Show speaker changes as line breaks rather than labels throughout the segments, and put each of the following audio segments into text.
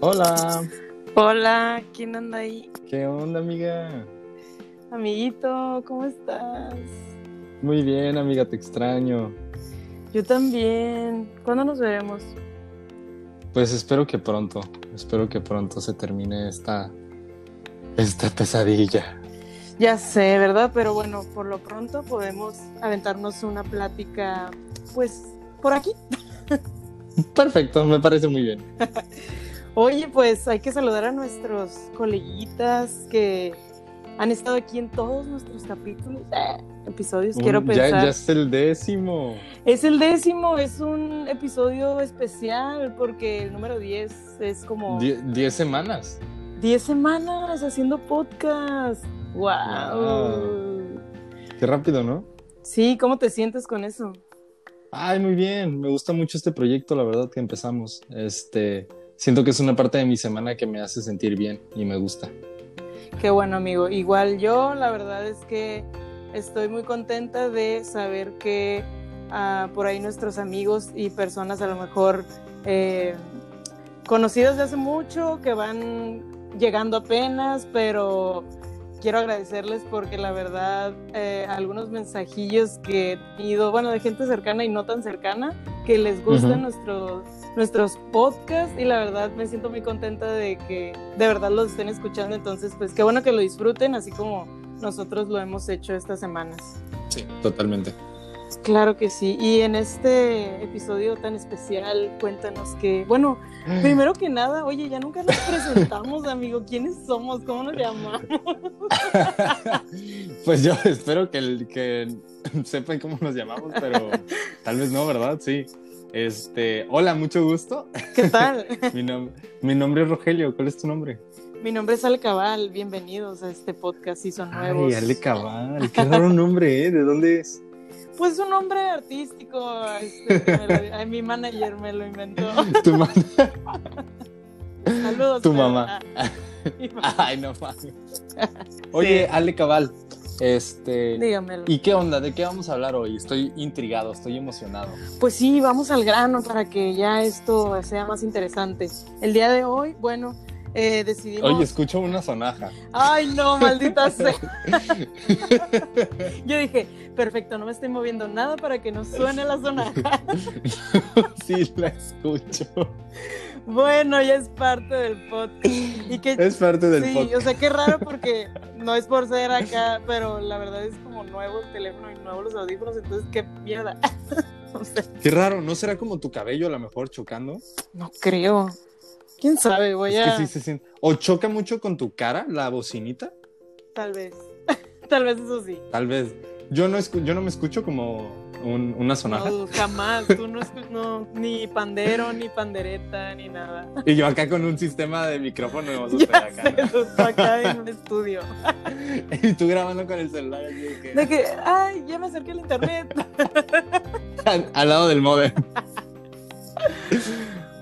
Hola.
Hola, ¿quién anda ahí?
¿Qué onda, amiga?
Amiguito, ¿cómo estás?
Muy bien, amiga, te extraño.
Yo también. ¿Cuándo nos veremos?
Pues espero que pronto, espero que pronto se termine esta, esta pesadilla.
Ya sé, ¿verdad? Pero bueno, por lo pronto podemos aventarnos una plática, pues, por aquí.
Perfecto, me parece muy bien.
Oye, pues hay que saludar a nuestros coleguitas que han estado aquí en todos nuestros capítulos, eh, episodios, quiero
Mm,
pensar.
Ya, ya es el décimo.
Es el décimo, es un episodio especial porque el número 10 es como
Die- diez semanas.
10 semanas haciendo podcast. ¡Wow!
Wow. Qué rápido, ¿no?
Sí, ¿cómo te sientes con eso?
Ay, muy bien. Me gusta mucho este proyecto, la verdad, que empezamos. Este, siento que es una parte de mi semana que me hace sentir bien y me gusta.
Qué bueno, amigo. Igual yo, la verdad es que estoy muy contenta de saber que ah, por ahí nuestros amigos y personas a lo mejor eh, conocidas de hace mucho, que van llegando apenas, pero quiero agradecerles porque la verdad eh, algunos mensajillos que he tenido, bueno, de gente cercana y no tan cercana, que les gustan
Ujú.
nuestros, nuestros podcasts y la verdad me siento muy contenta de que de verdad los estén escuchando, entonces pues qué bueno que lo disfruten, así como nosotros lo hemos hecho estas semanas.
Sí, totalmente.
Claro que sí, y en este episodio tan especial cuéntanos que, bueno, primero que nada, oye, ya nunca nos presentamos, amigo, ¿quiénes somos? ¿Cómo nos llamamos?
Pues yo espero que, el- que sepan cómo nos llamamos, pero tal vez no, ¿verdad? Sí. Este, hola, mucho gusto.
¿Qué tal?
Mi, nom- mi nombre es Rogelio. ¿Cuál es tu nombre?
Mi nombre es Ale Cabal, bienvenidos a este podcast si son nuevos.
Ale Cabal. Qué raro nombre, ¿eh? ¿De dónde es?
Pues un nombre artístico, este, que me lo- ay, mi manager me lo inventó.
Tu, ma-
Saludos.
tu
Fer.
mamá.
Ah, mi mamá.
Ay, no mames. Oye, Ale Cabal. Este.
Dígamelo.
¿Y qué onda? ¿De qué vamos a hablar hoy? Estoy intrigado, estoy emocionado.
Pues sí, vamos al grano para que ya esto sea más interesante. El día de hoy, bueno, eh, decidimos...
Oye, escucho una sonaja.
Ay, no, maldita sea. Yo dije, perfecto, no me estoy moviendo nada para que no suene la sonaja.
Sí, la escucho.
Bueno, ya es parte del podcast. Y qué
Es parte del
sí,
podcast.
o sea, qué raro porque no es por ser acá, pero la verdad es como nuevo el teléfono y nuevo los audífonos, entonces qué mierda. O sea,
Qué raro, ¿no será como tu cabello a lo mejor chocando?
no creo. ¿Quién sabe? Voy
Es
a...
que sí se siente. O choca mucho con tu cara, la bocinita,
Tal vez. Tal vez eso sí.
tal vez. Yo no, escu- yo no me escucho como un- una sonaja.
No, jamás. Tú no, escu- no, ni pandero, ni pandereta, ni nada.
Y yo acá con un sistema de micrófono vamos a
Ya
hacer
sé,
acá.
tú acá en un estudio.
¿no? Y tú grabando con el celular así de que-
De que, ay, ya me acerqué al internet.
al, al lado del modem.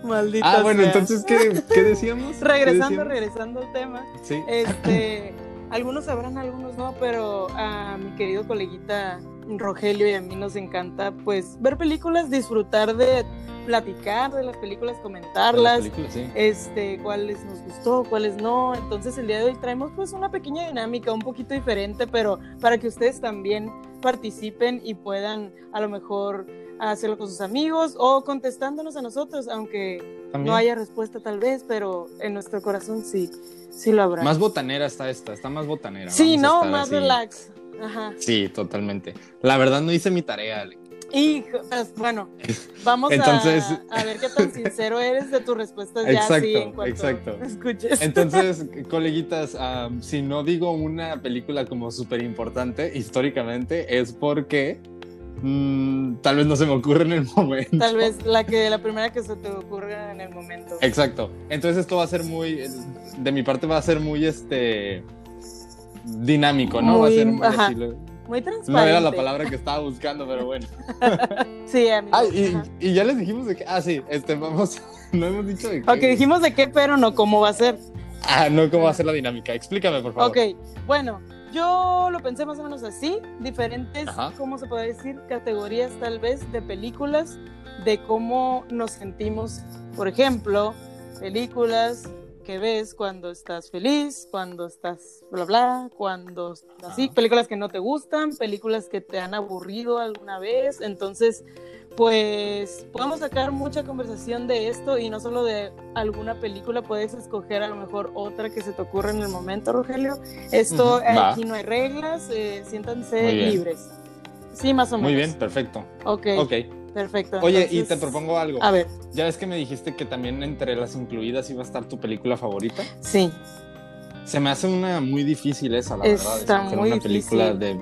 Maldita
Ah, bueno,
sea.
entonces, ¿qué, qué decíamos? ¿Qué
Regresando,
decíamos?
regresando al tema.
Sí.
Este, algunos sabrán, algunos no, pero a mi querido coleguita Rogelio y a mí nos encanta pues ver películas, disfrutar de platicar de las películas,
de la
comentarlas,
película, sí.
este, cuáles nos gustó, cuáles no. Entonces el día de hoy traemos pues una pequeña dinámica, un poquito diferente, pero para que ustedes también participen y puedan a lo mejor hacerlo con sus amigos o contestándonos a nosotros, aunque
También.
no haya respuesta tal vez, pero en nuestro corazón sí, sí lo habrá.
Más botanera está esta, está más botanera.
sí,
Vamos a
no,
estar
más
así.
relax. Ajá.
Sí, totalmente. La verdad no hice mi tarea, Ale.
Hijo, pues, bueno, vamos a-
Entonces-
a, ver qué tan sincero eres de tus respuestas ya así en
Exacto,
cuanto
exacto.
escuches.
Entonces, coleguitas, am, si no digo una película como súper importante históricamente, es porque mm, tal vez no se me ocurre en el momento.
Tal vez la que la primera que se te ocurra en el momento.
Exacto. Entonces esto va a ser muy, de mi parte va a ser muy, este, dinámico, ¿no? va a
Muy,
ser muy
ajá.
así lo-
Muy transparente.
No era la palabra que estaba buscando, pero bueno.
Sí, amigo.
Ah, y,
Ajá.
y ya les dijimos de que, ah, sí, este, vamos, no hemos dicho de qué.
Ok, dijimos de qué, pero no cómo va a ser.
Ah, no, ¿cómo va a ser la dinámica? Explícame, por favor.
Ok, bueno, yo lo pensé más o menos así, diferentes,
Ajá.
¿cómo se puede decir? Categorías tal vez de películas, de cómo nos sentimos, por ejemplo, películas que ves cuando estás feliz, cuando estás bla bla, cuando estás así, películas que no te gustan, películas que te han aburrido alguna vez. Entonces, pues podemos sacar mucha conversación de esto y no solo de alguna película, puedes escoger a lo mejor otra que se te ocurra en el momento, Rogelio. Esto eh,
Ujú, va.
aquí no hay reglas, eh, siéntanse
Muy bien.
libres. Sí, más o menos.
Muy bien, perfecto.
Ok,
Ok.
perfecto.
Oye, y
Entonces,
te propongo algo.
A ver,
Ya ves que me dijiste que también entre las incluidas iba a estar tu película favorita.
sí.
Se me hace una muy difícil esa, la verdad.
Está
escoger
muy
una película de.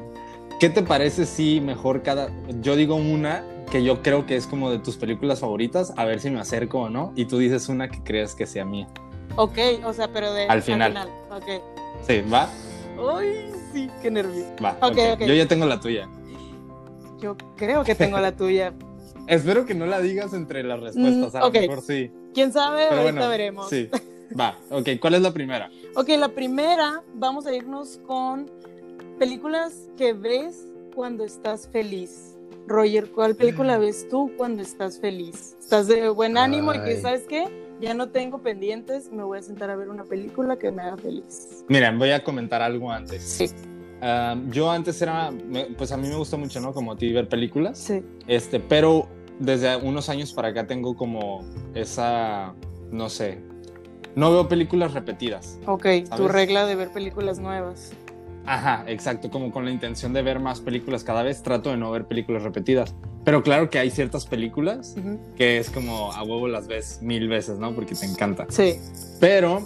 ¿Qué te parece si mejor cada. Yo digo una que yo creo que es como de tus películas favoritas, a ver si me acerco o no, y tú dices una que creas que sea mía.
Ok, o sea, pero de...
Al final.
Ok.
Sí, va,
Ay, sí, qué nervio.
va.
Ok,
ok.
ok.
Yo ya tengo la tuya.
Yo creo que tengo la tuya.
Espero que no la digas entre las respuestas, a lo
Mm, ok.
mejor sí.
¿Quién sabe?
Pero
Ahorita
bueno,
veremos.
sí. Va, ok, ¿cuál es la primera?
Ok, la primera, vamos a irnos con películas que ves cuando estás feliz. Roger, ¿cuál película ves tú cuando estás feliz? ¿Estás de buen ánimo y que,
Ay.
¿sabes qué? Ya no tengo pendientes, me voy a sentar a ver una película que me haga feliz.
Miren, voy a comentar algo antes.
Sí,
Ah, yo antes era, me- pues a mí me gusta mucho, ¿no? Como a ti ver películas.
sí.
Este, pero desde unos años para acá tengo como esa, no sé, no veo películas repetidas.
Ok, tu
¿Sabes?
regla de ver películas nuevas.
Ajá, exacto, como con la intención de ver más películas cada vez, trato de no ver películas repetidas. Pero claro que hay ciertas películas
Ujú.
que es como a huevo las ves mil veces, ¿no? Porque te encanta.
Sí,
Pero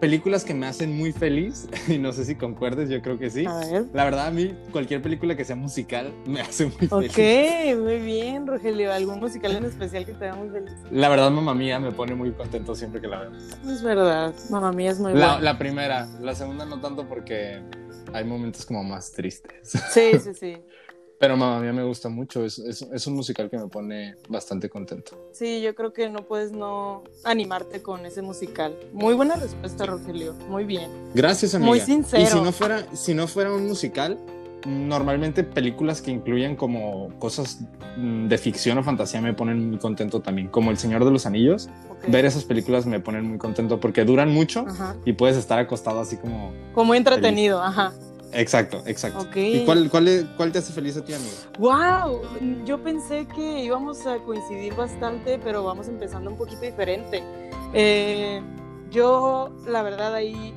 películas que me hacen muy feliz, y no sé si concuerdes, yo creo que sí.
a ver.
La verdad, a mí cualquier película que sea musical me hace muy feliz.
Ok, muy bien, Rogelio. ¿Algún musical en especial que te haga muy feliz?
La verdad, mamá mía, me pone muy contento siempre que la veo.
Es verdad, mamá mía es muy
La,
buena.
la primera, la segunda no tanto porque hay momentos como más tristes.
Sí, sí, sí.
Pero mamá mía me gusta mucho, es, es, es un musical que me pone bastante contento.
Sí, yo creo que no puedes no animarte con ese musical. Muy buena respuesta, Rogelio. Muy bien.
Gracias, amiga.
Muy sincero.
Y si no fuera, si no fuera un musical, normalmente películas que incluyan como cosas mm, de ficción o fantasía me ponen muy contento también. Como El Señor de los Anillos,
Ok. Ah.
ver esas películas me ponen muy contento porque duran mucho
Ajá.
y puedes estar acostado así como...
Como entretenido, ajá.
Exacto, exacto.
Ok.
¿Y cuál, cuál, cuál te hace feliz a ti, amiga?
¡Wow! Yo pensé que íbamos a coincidir bastante, pero vamos empezando un poquito diferente. Eh, yo, la verdad, ahí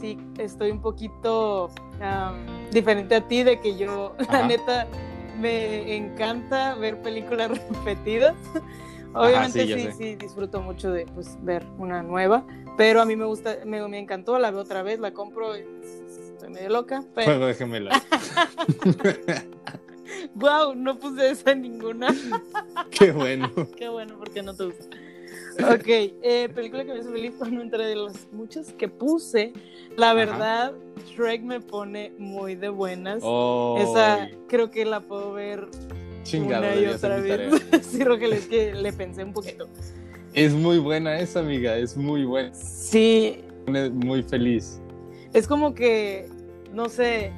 sí estoy un poquito am, diferente a ti, de que yo, la
Ajá.
neta, me encanta ver películas repetidas. Obviamente
sí, ya
sí,
sé.
sí, disfruto mucho de pues, ver una nueva, pero a mí me gusta, me, me encantó, la veo otra vez, la compro, y pues, estoy medio loca, pero
Juego de gemelas.
wow, no puse esa en ninguna.
Qué bueno.
Qué bueno, porque no te gusta. Ok, eh, película que me hizo feliz cuando entre las muchas que puse, la verdad, Shrek me pone muy de buenas.
Oh,
Esa creo que la puedo ver
chingado,
una y
debí hacer
otra
mi
vez.
tarea.
sí, Rogelio, es que le pensé un poquito.
Es muy buena esa, amiga. Es muy buena.
Sí,
Me- Muy feliz.
es como que, no sé,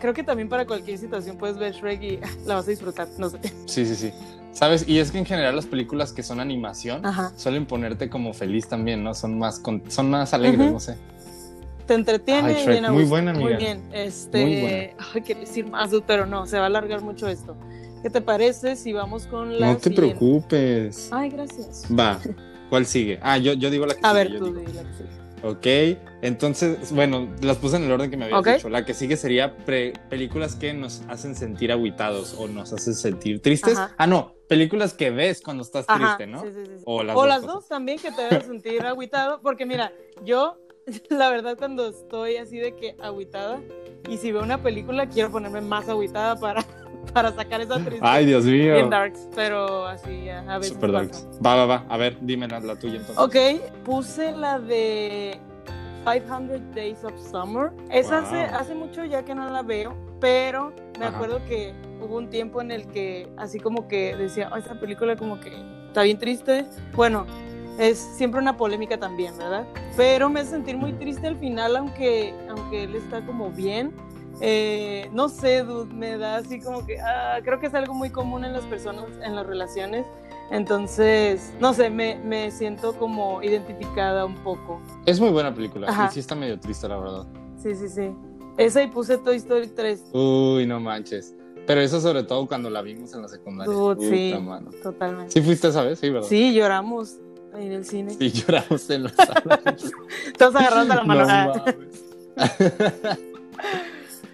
creo que también para cualquier situación puedes ver Shrek y la vas a disfrutar, no sé.
Sí, sí, sí. ¿Sabes? Y es que en general las películas que son animación
Ajá.
suelen ponerte como feliz también, ¿no? Son más, con- son más alegres,
Ujú.
no sé.
Te entretiene
Ay,
y
Shrek,
bien a
muy
gusto.
buena,
Muy
amiga.
bien. Este,
Muy buena.
ay, quiero decir más, pero no, se va a alargar mucho esto. ¿Qué te parece si vamos con la
No te
siguiente?
preocupes.
Ay, gracias.
Va. ¿Cuál sigue? Ah, yo, yo digo la que
A
sigue,
ver,
yo
tú
digo.
di la que sigue.
Ok, entonces, bueno, las puse en el orden que me habías
Ok.
dicho. La que sigue sería pre- películas que nos hacen sentir agüitados o nos hacen sentir tristes.
Ajá.
Ah, no, películas que ves cuando estás
Ajá,
triste, ¿no?
sí, sí, sí, sí.
O las
o
dos.
las
cosas.
dos también que te deben sentir agüitado, porque mira, yo la verdad cuando estoy así de que agüitada y si veo una película quiero ponerme más agüitada para, para sacar esa tristeza.
Ay, Dios mío.
Bien darks, pero así a a veces
Super
pasa.
darks. Va, va, va. A ver, dime la, la tuya entonces.
Ok, puse la de 500 Days of Summer. Esa
Wow.
hace, hace mucho ya que no la veo, pero me
Ajá.
acuerdo que hubo un tiempo en el que así como que decía, "Ah, esta película como que está bien triste. Bueno, es siempre una polémica también, ¿verdad? Pero me hace sentir muy triste al final, aunque, aunque él está como bien. Eh, no sé, dude, me da así como que, ah, creo que es algo muy común en las personas, en las relaciones, Entonces, no sé, me, me siento como identificada un poco.
Es muy buena película.
Ajá.
Y sí está medio triste, la verdad.
Sí, sí, sí. Esa y puse Toy Story 3,
Uy, no manches. Pero eso sobre todo cuando la vimos en la secundaria.
Dude,
Puta,
sí.
mano.
totalmente.
Sí fuiste esa vez, sí, ¿verdad?
Sí, lloramos en el cine.
Sí, lloramos en la sala.
Todos agarrando la mano.
No
Ah,
mames.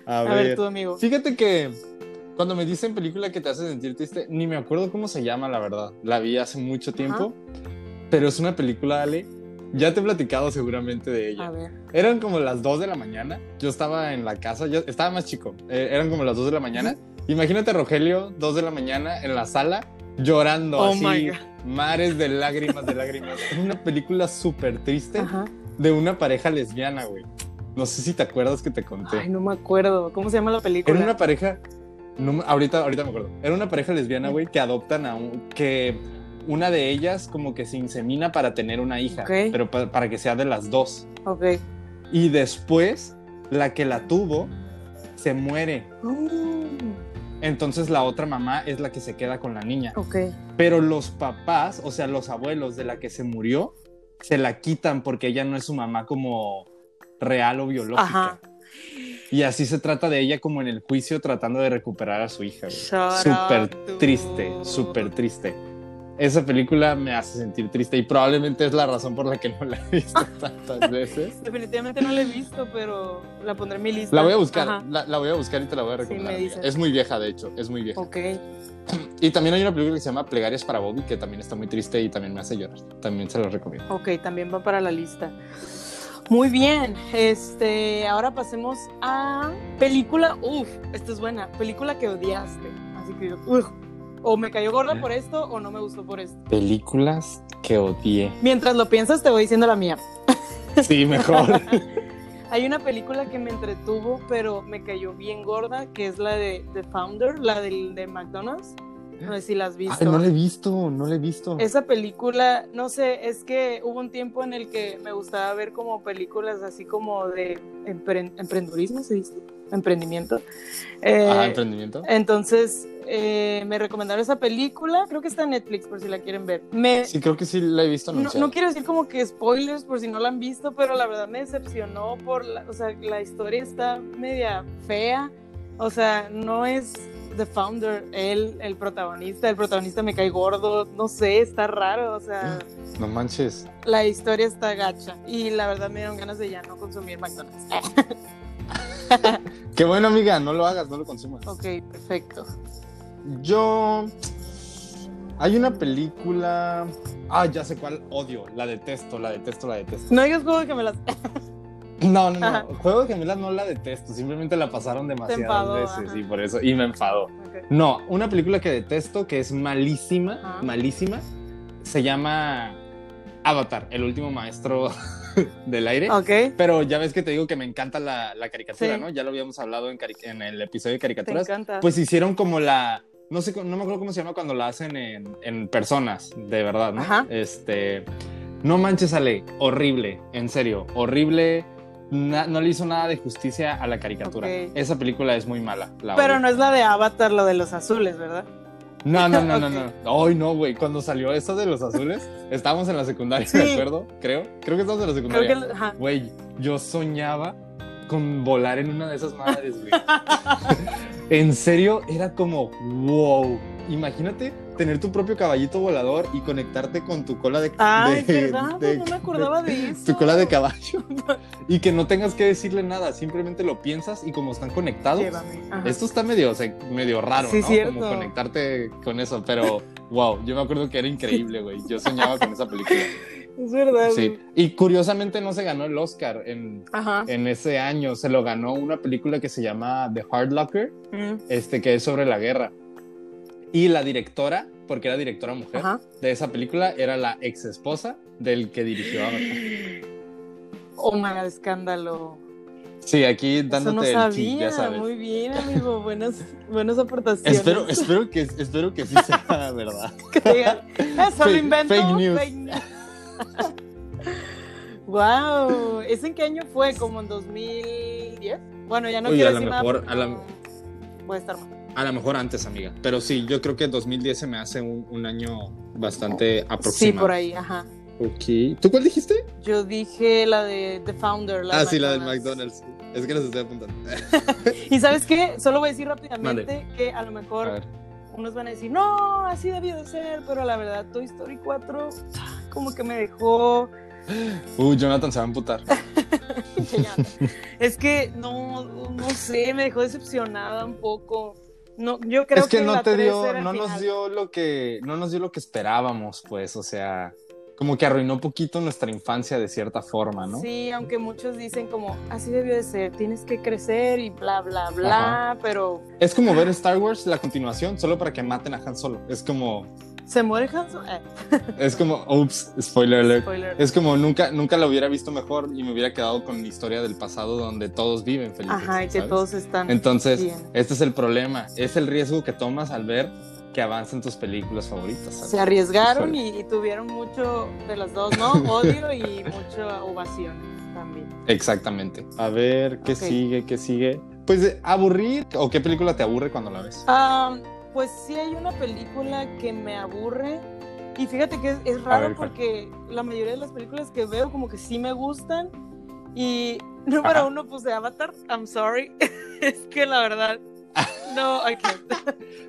A
a
ver,
ver, tu amigo.
Fíjate que cuando me dicen película que te hace sentir triste, ni me acuerdo cómo se llama, la verdad. La vi hace mucho tiempo, pero es una película, Ale. Ya te he platicado seguramente
A
de ella.
ver.
Eran como las 2 de la mañana. Yo estaba en la casa, yo estaba más chico. Eh, eran como las 2 de la mañana. Imagínate a Rogelio, 2 de la mañana, en la sala, llorando
Oh my
así,
God.
mares de lágrimas, de lágrimas. Es una película súper triste
Ajá.
de una pareja lesbiana, güey. No sé si te acuerdas que te conté.
Ay, no me acuerdo. ¿Cómo se llama la película?
Era una pareja. no me- ahorita, ahorita me acuerdo. Era una pareja lesbiana, güey, que adoptan a un. que una de ellas como que se insemina para tener una hija.
Ok.
Pero pa- para que sea de las dos.
Ok.
Y después, la que la tuvo se muere. Entonces la otra mamá es la que se queda con la niña.
Ok.
Pero los papás, o sea, los abuelos de la que se murió, se la quitan porque ella no es su mamá como real o biológica.
Ajá.
Y así se trata de ella como en el juicio tratando de recuperar a su hija. güey.
Shut
Súper
up, dude.
triste, súper triste. Esa película me hace sentir triste y probablemente es la razón por la que no la he visto tantas veces.
Definitivamente no la he visto, pero la pondré en mi lista.
La voy a buscar,
Ajá.
la, la voy a buscar y te la voy a recomendar.
me
amiga.
dices.
es muy vieja, de hecho, es muy vieja.
Ok.
Y también hay una película que se llama Plegarias para Bobby, que también está muy triste y también me hace llorar. También se la recomiendo.
Ok, también va para la lista. Muy bien, este, ahora pasemos a película, uff, esta es buena, película que odiaste, así que yo, uf, o me cayó gorda por esto o no me gustó por esto.
Películas que odié.
Mientras lo piensas te voy diciendo la mía.
Sí, mejor.
Hay una película que me entretuvo, pero me cayó bien gorda, que es la de The Founder, la del de McDonald's. No sé si la has visto.
Ay, no la he visto, no la he visto.
Esa película, no sé, es que hubo un tiempo en el que me gustaba ver como películas así como de empre- emprendurismo, ¿se dice? Emprendimiento. Eh,
Ajá, emprendimiento.
entonces, eh, me recomendaron esa película, creo que está en Netflix por si la quieren ver. Me,
Sí, creo que sí la he visto
no,
anunciada.
no quiero decir como que spoilers por si no la han visto, pero la verdad me decepcionó por la, o sea, la historia está media fea. O sea, no es The Founder, él, el protagonista. El protagonista me cae gordo, no sé, está raro. O sea,
No manches.
la historia está gacha. Y la verdad me dieron ganas de ya no consumir McDonald's. Ah,
Qué bueno, amiga, no lo hagas, no lo consumas.
ok, perfecto.
Yo. Hay una película. Ah, ya sé cuál odio. La detesto, la detesto, la detesto.
No digas juego que me las
No, no,
Ajá.
no. Juego de gemelas no la detesto. Simplemente la pasaron demasiadas
enfadó,
veces
ajá.
y por eso. Y me enfadó.
Ok.
No, una película que detesto, que es malísima,
Ajá.
malísima, se llama Avatar, el último maestro del aire.
Ok,
Pero ya ves que te digo que me encanta la, la caricatura,
Sí.
¿no? Ya lo habíamos hablado en, cari- en el episodio de
te
caricaturas.
encanta.
Pues hicieron como la. No sé, no me acuerdo cómo se llama cuando la hacen en, en personas, de verdad, ¿no?
Ajá.
Este. No manches, Ale. Horrible, en serio. Horrible. na- no le hizo nada de justicia a la caricatura.
Ok.
Esa película es muy mala. la
pero
odio.
no es la de Avatar, lo de los azules, ¿verdad?
No, no, no, no,
Ok.
no. Ay, no, güey. Cuando salió esta de los azules, estábamos en la secundaria,
Sí.
¿de acuerdo? Creo. Creo que estábamos en la
Creo
secundaria.
que. ajá.
Güey, yo soñaba con volar en una de esas madres, güey. en serio, era como, wow. Imagínate tener tu propio caballito volador y conectarte con tu cola de...
Ay,
de-
¿verdad?
de-
no me acordaba de eso.
Tu cola de caballo. y que no tengas que decirle nada, simplemente lo piensas y como están conectados...
Llévame. Ajá.
Esto está medio, o sea, medio raro,
Sí,
¿no?
cierto.
Como conectarte con eso, pero wow, yo me acuerdo que era increíble, güey. Yo soñaba con esa película.
Es verdad.
Sí. Y curiosamente no se ganó el Oscar en,
Ajá.
en ese año, se lo ganó una película que se llama The Hard Locker,
Mm.
este, que es sobre la guerra. Y la directora, porque era directora mujer,
Ajá.
de esa película era la ex esposa del que dirigió Avatar.
Oh my God, escándalo.
Sí, aquí
Eso no
dándote el chin,
sabía.
ya sabes.
Muy bien, amigo. Buenas, buenas aportaciones.
Espero, espero, que, espero que sí sea verdad.
Que digan, Eso lo
Fake-
inventó.
fake news.
wow. ¿Es en qué año fue? ¿Como en 2010? Bueno, ya no
Uy,
quiero
a lo
decir
mejor,
nada.
a la-
Puede estar mal.
A lo mejor antes, amiga. Pero sí, yo creo que 2010 se me hace un, un año bastante
Sí,
aproximada.
por ahí, ajá.
Ok. ¿Tú cuál dijiste?
Yo dije la de The Founder. La de
ah, sí, la del McDonald's. Es que las estoy apuntando.
Y sabes qué, solo voy a decir rápidamente que a lo mejor
A ver.
unos van a decir, no, así debió de ser, pero la verdad, Toy Story 4 como que me dejó...
Uh, Jonathan se va a amputar.
es que no, no sé, me dejó decepcionada un poco. No, yo creo
es que, no
la
te
tres
dio,
era el
no nos
final.
dio lo que, no nos dio lo que esperábamos, pues, o sea, como que arruinó poquito nuestra infancia de cierta forma, ¿no?
Sí, aunque muchos dicen como, así debió de ser, tienes que crecer y bla, bla, bla, pero
Es como ver Star Wars la continuación solo para que maten a Han Solo. Es como,
¿se muere Han Solo? Eh,
es como, ups, spoiler alert.
spoiler.
Es como nunca, nunca la hubiera visto mejor y me hubiera quedado con la historia del pasado donde todos viven felices.
Ajá, y que
¿sabes?
todos están...
Entonces,
bien.
este es el problema, es el riesgo que tomas al ver que avanzan tus películas favoritas. ¿sabes?
se arriesgaron y, y tuvieron mucho de las dos, ¿no? Odio y mucha ovación también.
Exactamente. A ver, ¿qué
Ok.
sigue? ¿Qué sigue? Pues eh, aburrir o qué película te aburre cuando la ves.
Am, pues sí hay una película que me aburre y fíjate que es, es raro
ver, ¿cuál?
porque la mayoría de las películas que veo como que sí me gustan y número
Ajá.
uno puse Avatar, I'm sorry, es que la verdad... No, I can't.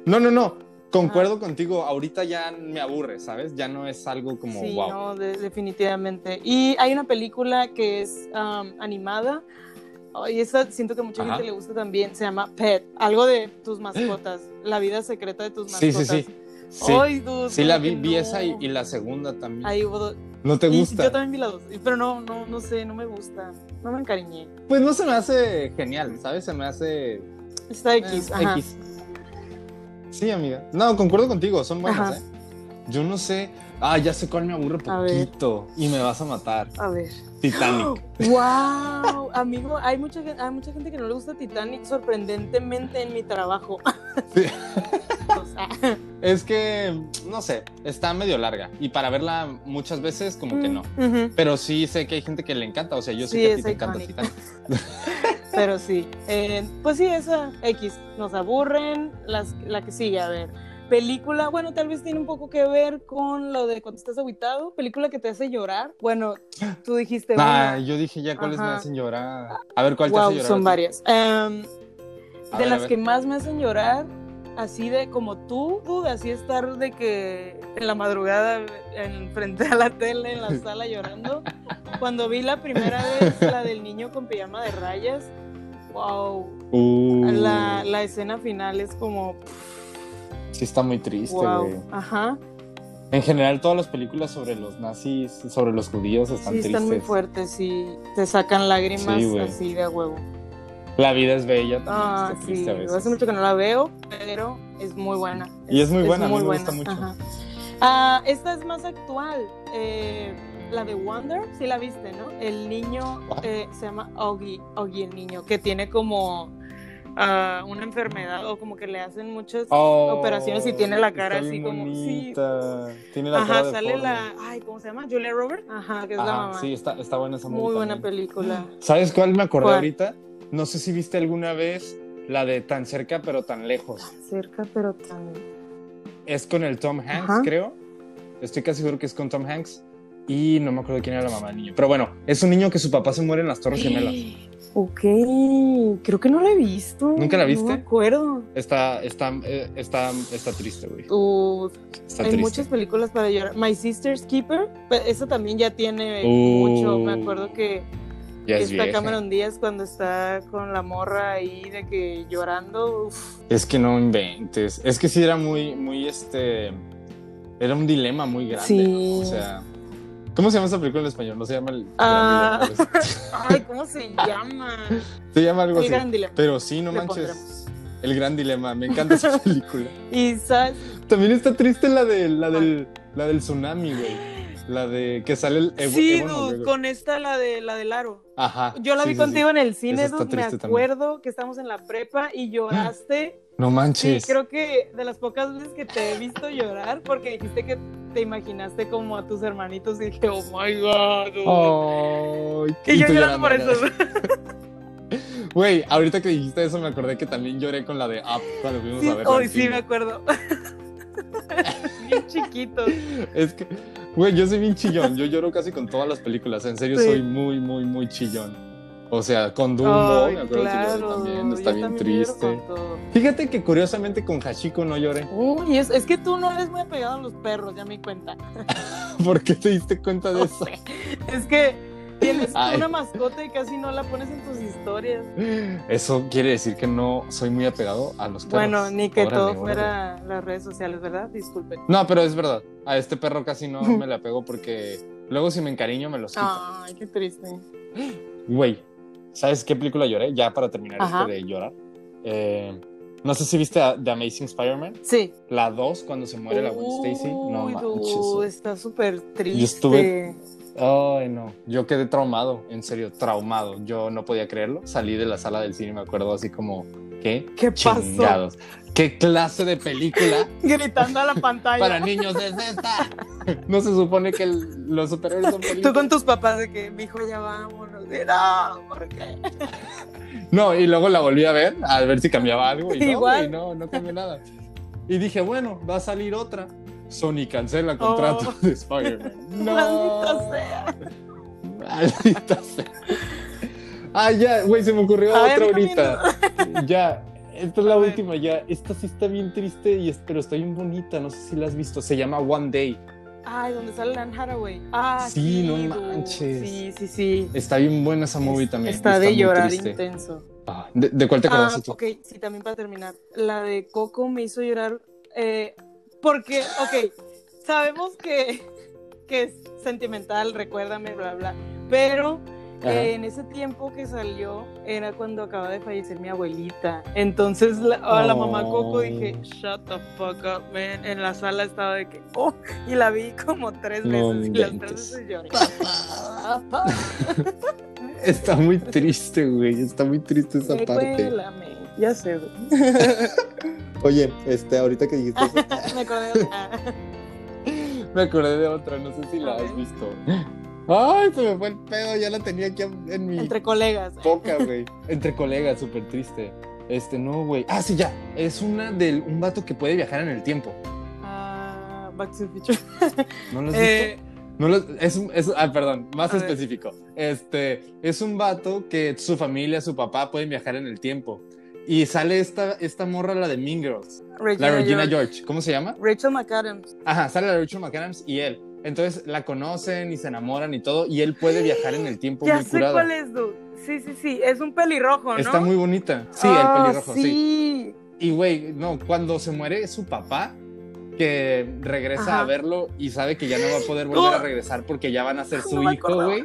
No, no, no. Concuerdo
Ah.
contigo. Ahorita ya me aburre, ¿sabes? Ya no es algo como
sí,
wow.
no, de- definitivamente. Y hay una película que es am, animada. Y esa siento que a mucha
Ajá.
gente le gusta también. Se llama Pet. Algo de tus mascotas. La vida secreta de tus
Sí, sí,
mascotas.
sí. Sí,
Ay, dude,
Sí, la
como
vi,
que
vi
no.
esa y, y la segunda también.
Ahí hubo dos.
¿No te
Y yo
gusta?
también vi la dos. Pero no, no, no sé, no me gusta. No me encariñé.
Pues no se me hace genial, ¿sabes? Se me hace
Está X.
Eh,
ajá.
X. Sí, amiga. No, concuerdo contigo, son buenas,
Ajá.
¿eh? Yo no sé. Ah, ya sé cuál me aburre
A ver.
poquito y me vas a matar.
A ver.
Titanic.
¡Wow! Amigo, hay mucha, gen- hay mucha gente que no le gusta Titanic, sorprendentemente en mi trabajo.
Sí.
O sea,
Es que, no sé, está medio larga y para verla muchas veces como que no.
ujú.
Pero sí sé que hay gente que le encanta, o sea, yo sé
Mm. Sí,
que a ti
es
te encanta
iconic.
Titanic.
Pero sí, eh, pues sí, esa X, nos aburren, las, la que sigue, a ver. Película, bueno, tal vez tiene un poco que ver con lo de cuando estás aguitado, película que te hace llorar. Bueno, tú dijiste,
Ah,
una.
yo dije ya cuáles me
Ajá.
hacen llorar. A ver, ¿cuál te
wow,
hace llorar?
son
a ti?
varias. Em,
A
de
ver, a
las
ver.
que más me hacen llorar, así de como tú, tú, así estar de que en la madrugada en, frente a la tele, en la sala llorando. Cuando vi la primera vez la del niño con pijama de rayas, wow,
Uh,
La, la escena final es como,
Sí, está muy triste,
wow,
güey.
ajá,
En general, todas las películas sobre los nazis, sobre los judíos, están
sí,
tristes.
están muy fuertes y te sacan lágrimas
Sí, güey.
así de a huevo.
La vida es bella también.
Ah,
está
sí,
triste a veces.
hace mucho que no la veo, pero es muy buena.
Y es muy buena, a mí me gusta mucho.
ajá. Ah, esta es más actual, eh, la de Wonder, sí la viste, ¿no? El niño
Ajá.
eh, se llama Augie, Augie el niño, que tiene como ah, una enfermedad o como que le hacen muchas...
Oh,
operaciones y tiene la cara
está
así
bien
como- sí.
bonita. Tiene la cara
Ajá,
de
sale
forma.
la. Ay, ¿cómo se llama? Julia Roberts. Ajá, que es la
Ajá,
mamá.
sí, está, está buena esa
Muy
movie
buena
también.
película.
¿Sabes cuál me acordé
¿Cuál?
ahorita? No sé si viste alguna vez la de Tan cerca pero tan lejos.
Cerca, pero tan.
Es con el Tom Hanks,
Ajá.
creo. Estoy casi seguro que es con Tom Hanks. Y no me acuerdo quién era la mamá del niño. Pero bueno, es un niño que su papá se muere en las Torres Gemelas.
Ok, creo que no la he visto.
¿Nunca la viste?
No me acuerdo.
Está, está, eh, está, está triste, güey.
Uh,
Está
hay
triste.
muchas películas para llorar. My Sister's Keeper, pe- esa también ya tiene
Uh,
mucho. Me acuerdo que
Ya es
está
vieja.
Cameron Díaz cuando está con la morra ahí de que llorando. Uf,
Es que no inventes. Es que sí era muy, muy este. Era un dilema muy grande.
Sí.
¿no? O sea. ¿Cómo se llama esa película en español? No se llama el. Gran
Ah.
Dilema, ¿no?
Ay, ¿cómo se llama?
Se llama algo
El
así.
gran dilema.
Pero sí, no
Le
manches.
pondremos.
El gran dilema. Me encanta esa película.
Y sabes,
Eh, También está triste la de la del, la del tsunami, güey. La de que sale el Evo-
sí,
Ewan
dude,
McGregor.
con esta la de la del aro.
Ajá.
Yo la
sí,
vi
sí,
contigo
sí.
en el cine,
Esa está
dude, me
triste también.
acuerdo que estamos en la prepa y lloraste.
No
Sí,
manches.
creo que de las pocas veces que te he visto llorar porque dijiste que te imaginaste como a tus hermanitos y dije, oh my god. dude".
Oh, Ay,
y yo
tú
llorando por eso.
Güey, ahorita que dijiste eso me acordé que también lloré con la de Up cuando fuimos
Sí,
a ver.
hoy sí me acuerdo. bien chiquitos.
Es que, güey, yo soy bien chillón. Yo lloro casi con todas las películas. En serio,
Sí.
soy muy, muy, muy chillón. O sea, con Dumbo,
Ay,
me acuerdo que lloré también. Está
yo
bien
también lloro
triste.
con todo.
Fíjate que curiosamente con Hashiko no lloré.
Uy, es, es que tú no eres muy apegado a los perros, ya me di cuenta.
¿Por qué te diste cuenta de eso?
Es que tienes
Ay.
una mascota y casi no la pones en tus historias.
Eso quiere decir que no soy muy apegado a los perros.
Bueno, ni que
Órale,
todo
órale.
fuera las redes sociales, ¿verdad? Disculpen.
No, pero es verdad. A este perro casi no me le apego porque luego si me encariño me los quito.
Ay, qué triste.
Güey, ¿sabes qué película lloré? Ya para terminar
Ajá.
esto de llorar. Eh, no sé si viste a The Amazing Spider-Man,
Sí.
la 2 cuando se muere la Gwen Stacy. No
Uy, dude,
manches.
está súper triste.
estuve- Ay, no. Yo quedé traumado, en serio, traumado. Yo no podía creerlo. Salí de la sala del cine, me acuerdo así como, ¿qué?
¿Qué pasó?
Chingados. ¿Qué clase de película
Gritando a la pantalla.
para niños es esta? No se supone que el- los superhéroes son
Tú
películas.
con tus papás de que, mijo, ya vámonos. Y, No, ¿por qué?
No, y luego la volví a ver, a ver si cambiaba algo. Y no,
Igual.
güey, no, no cambió nada. Y dije, bueno, va a salir otra. Sony cancela el contrato de Spider-Man. No.
Oh. Maldita sea.
Maldita sea. Ah, ya, güey, se me ocurrió
Ay,
otra
a mí
ahorita. Ya, esta es la
A ver.
última, ya. Esta sí está bien triste, y es- pero está bien bonita. No sé si la has visto. Se llama One Day.
Ay, donde sale Lan Haraway. Ah,
Sí,
sí,
no
dude.
manches.
Sí, sí, sí.
Está bien buena esa movie
Es-
también.
Está de
muy
llorar
triste.
intenso.
Ah, ¿de, de cuál te
Ah,
acordaste tú?
ok, sí, también para terminar. La de Coco me hizo llorar eh, porque, ok, sabemos que, que es sentimental, recuérdame, bla, bla, pero
Ajá.
eh, en ese tiempo que salió era cuando acaba de fallecer mi abuelita. Entonces la, a la mamá Coco
Oh.
dije, shut the fuck up, man. En la sala estaba de que, oh, y la vi como tres
No
veces y las tres
inventes.
veces lloré.
Está muy triste, güey. Está muy triste esa
Me
parte.
cuélame. Ya sé, güey.
Oye, este, ahorita que dijiste eso,
me acordé de- ah.
me acordé de otra, no sé si la
A
has
ver.
visto. Ay, se me fue el pedo, ya la tenía aquí en mi
entre colegas.
boca, güey. Entre colegas, súper triste. Este, no, güey. Ah, sí, ya. Es una del un vato que puede viajar en el tiempo.
Ah, Back to the Future.
¿No lo has visto?
Eh,
No lo- es, un- es- ah, perdón, más
A ver.
específico. Este es un vato que su familia, su papá pueden viajar en el tiempo. Y sale esta, esta morra, la de Mean Girls,
Regina
la Regina
George.
George. ¿Cómo se llama?
Rachel McAdams.
Ajá, sale la Rachel McAdams y él. Entonces la conocen y se enamoran y todo. Y él puede viajar en el tiempo
Ya
muy
sé
curado.
cuál es, dude. Sí, sí, sí. Es un pelirrojo, ¿no?
Está muy bonita. Sí,
Ah,
el pelirrojo, sí.
sí.
Y güey, no, cuando se muere su papá, que regresa
Ajá.
a verlo y sabe que ya no va a poder volver a
Oh.
regresar porque ya van a ser su
No me
hijo,
acordaba.
güey.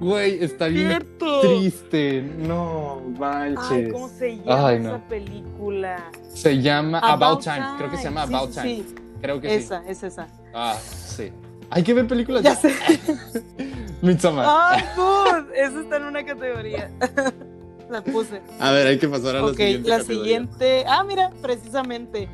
Güey, está bien
Cierto.
triste. No
Ay,
manches.
¿cómo se llama
Ay, no.
esa película?
se llama Ah, About, Time. Creo que se llama
Sí,
About
sí,
Time.
sí.
Creo que sí. Pues
Esa, es esa.
Ah, sí. Hay que ver películas
Ya Ah.
de
sé.
Midsommar.
Ay, dude. Esa está en una categoría. La puse.
A ver, hay que pasar a
Ok,
la siguiente.
la
categoría.
siguiente. Ah, mira, precisamente.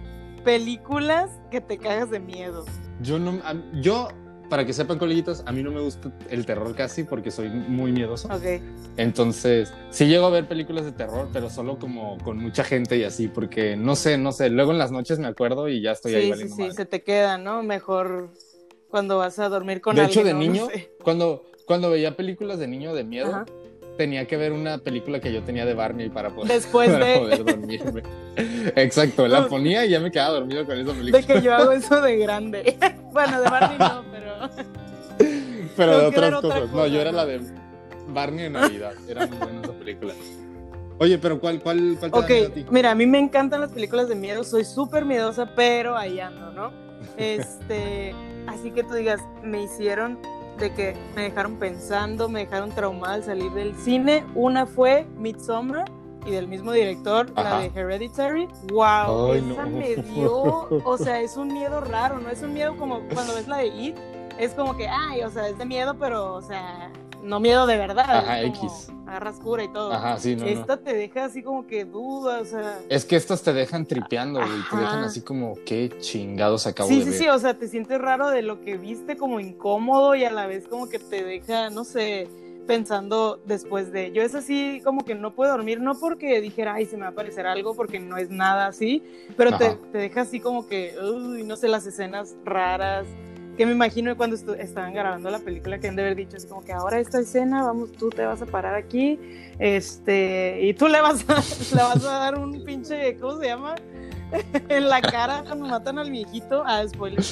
Películas que te cagas de miedo.
Yo no a- yo para que sepan, coleguitas, a mí no me gusta el terror casi porque soy muy miedoso.
Ok.
Entonces, sí llego a ver películas de terror, pero solo como con mucha gente y así, porque no sé, no sé. Luego en las noches me acuerdo y ya estoy ahí
sí, sí,
valiendo
sí,
madre.
se te queda, ¿no? Mejor cuando vas a dormir con
De hecho,
alguien.
de
¿no?
niño,
No sé.
cuando, cuando veía películas de niño de miedo,
Ajá.
tenía que ver una película que yo tenía de Barney para poder,
Después
para
de,
poder dormirme. Exacto, la ponía y ya me quedaba dormido con esa película,
de que yo hago eso de grande. bueno, de Barney no, pero.
pero de
tengo que ver
otras
otra
cosas. No,
cosa,
yo era
¿no?
la de Barney en Navidad, era muy buena esa película. Oye, pero ¿cuál, cuál, cuál te da miedo a ti?
Ok, mira, a mí me encantan las películas de miedo, soy súper miedosa, pero ahí ando, ¿no? Este, así que tú digas, me hicieron de que me dejaron pensando, me dejaron traumada al salir del cine. Una fue Midsommar y del mismo director,
Ajá.
la de Hereditary. ¡Wow!
Ay,
esa
no.
me dio, o sea, es un miedo raro, ¿no? Es un miedo como cuando ves la de It, es como que, ay, o sea, es de miedo, pero, o sea, no miedo de verdad.
Ajá,
es como
X.
Agarras cura y todo.
Ajá, sí, no, no.
Esta te deja así como que duda, o sea.
Es que estas te dejan tripeando, güey. Te dejan
Ajá.
así como, qué chingados acabo
sí,
de
sí,
ver.
sí, o sea, te sientes raro de lo que viste como incómodo y a la vez como que te deja, no sé, pensando después de. Yo es así como que no puedo dormir, no porque dijera, ay, se me va a aparecer algo, porque no es nada así, pero te,
Ajá.
te deja así como que, uy, no sé, las escenas raras, que me imagino que cuando estu- estaban grabando la película que han de haber dicho, es como que ahora esta escena, vamos, tú te vas a parar aquí, este, y tú le vas a, le vas a dar un pinche, ¿cómo se llama? en la cara cuando matan al viejito, ah, spoiler,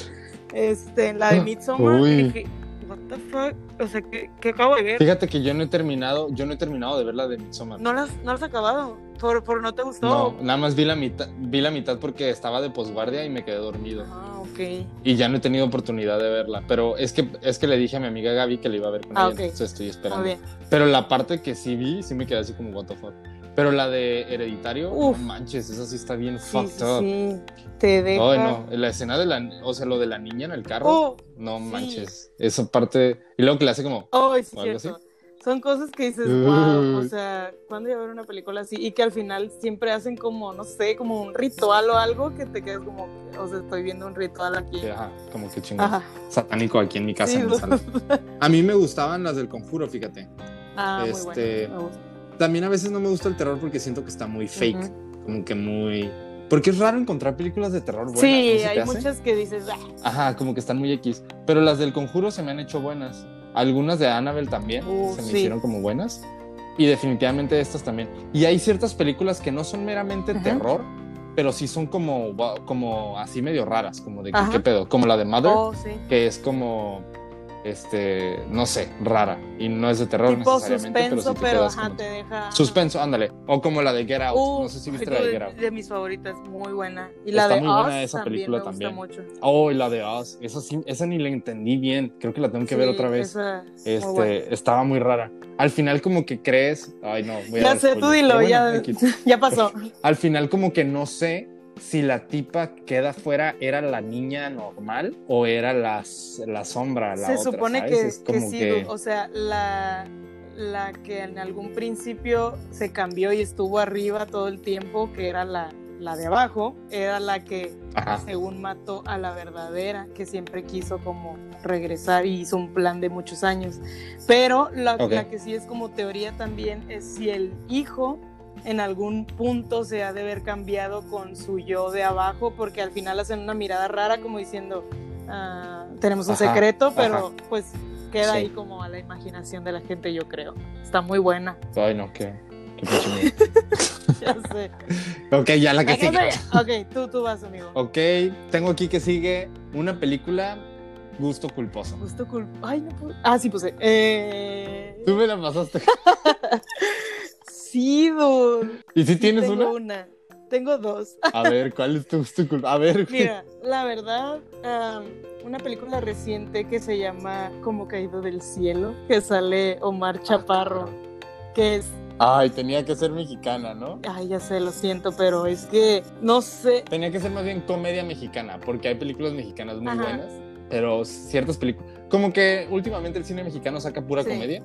este, en la de Midsommar,
Ah, Uy.
dije, what the fuck, o sea, ¿qué, qué acabo de ver?
Fíjate que yo no he terminado, yo no he terminado de ver la de Midsommar.
No las, no las has acabado, por, por no te gustó.
No, nada más vi la mitad, vi la mitad porque estaba de posguardia y me quedé dormido.
Ah, ok.
Y ya no he tenido oportunidad de verla. Pero es que, es que le dije a mi amiga Gaby que la iba a ver con
Ah,
ella,
ok.
entonces estoy esperando.
Muy bien.
Pero la parte que sí vi, sí me quedé así como, what the fuck. Pero la de Hereditario,
Uf.
no manches, esa sí está bien
Sí,
fucked
sí,
up.
sí. Te deja.
Ay, no, la escena de la, o sea, lo de la niña en el carro,
Oh,
no
sí.
manches. Esa parte, y luego que le hace como,
oh, sí,
O algo
cierto. Son cosas que dices,
Uh.
wow, o sea, ¿cuándo iba a ver una película así? Y que al final siempre hacen como, no sé, como un ritual o algo que te quedas como, o sea, estoy viendo un ritual aquí.
que, ajá, como que chingón.
Ajá.
Satánico aquí en mi casa.
Sí,
en mi
no.
sala. A mí me gustaban las del conjuro, fíjate.
Ah, muy
Este,
bueno. me gusta.
También a veces no me gusta el terror porque siento que está muy fake,
Ujú.
como que muy... Porque es raro encontrar películas de terror buenas. ¿no
Sí,
se te
hay
hace?
muchas que dices, ah,
Ajá, como que están muy X. Pero las del conjuro se me han hecho buenas. Algunas de Annabelle también
Uh,
se me
sí.
hicieron como buenas. Y definitivamente estas también. Y hay ciertas películas que no son meramente
Ajá.
terror, pero sí son como, wow, como así medio raras, como de que,
Ajá.
qué pedo. Como la de Mother,
oh, sí.
que es como, este, no sé, rara. Y no es de terror
Tipo
necesariamente,
suspenso,
pero sí te
pero
quedas
ajá,
como-
te deja.
Suspenso, ándale. O como la de Get Out.
Uh,
no sé si viste
yo
la de
de,
Get Out.
de mis favoritas, muy buena. Y la
Está
de
muy buena
Us
esa
también
película
me gusta
también.
mucho.
Oh, y la de Oz. Esa, sí, esa ni la entendí bien. Creo que la tengo que ver
Sí,
otra vez.
esa es muy
Este,
buena.
estaba muy rara. Al final como que crees, ay no, voy a
Ya
dar
sé, tú
spoiler.
dilo,
Pero
ya.
X.
Ya pasó.
Al final como que no sé si la tipa queda fuera era la niña normal o era las, la sombra, la
Se
otra,
supone
¿sabes?
que,
es
que
como
sí,
que,
o sea, la, la que en algún principio se cambió y estuvo arriba todo el tiempo, que era la, la de abajo, era la que
ajá.
según mató a la verdadera, que siempre quiso como regresar y hizo un plan de muchos años. Pero la,
Ok.
la que sí es como teoría también es si el hijo en algún punto se ha de haber cambiado con su yo de abajo, porque al final hacen una mirada rara como diciendo, "Ah, tenemos un
Ajá,
secreto, pero
ajá.
pues queda
Sí.
ahí como a la imaginación de la gente, yo creo. Está muy buena.
Ay no, qué, qué pinche miedo.
Ya sé.
Ok, ya la que sigue.
ok, tú, tú vas, amigo.
Ok, tengo aquí que sigue una película gusto culposo.
Gusto culp- Ay, no puedo- Ah, sí, pues. Eh...
Tú me la pasaste.
Sí, dude.
¿Y si
Sí,
tienes
tengo
una?
una? Tengo dos.
A ver, ¿cuál es tu gusto culposo? A ver. güey.
Mira, la verdad, um, una película reciente que se llama Como Caído del Cielo, que sale
Ah.
Omar Chaparro, que es.
Ay, tenía que ser mexicana, ¿no?
Ay, ya sé, lo siento, pero es que no sé.
Tenía que ser más bien comedia mexicana, porque hay películas mexicanas muy
Ajá.
buenas, pero ciertas películas. Como que últimamente el cine mexicano saca pura
Sí.
comedia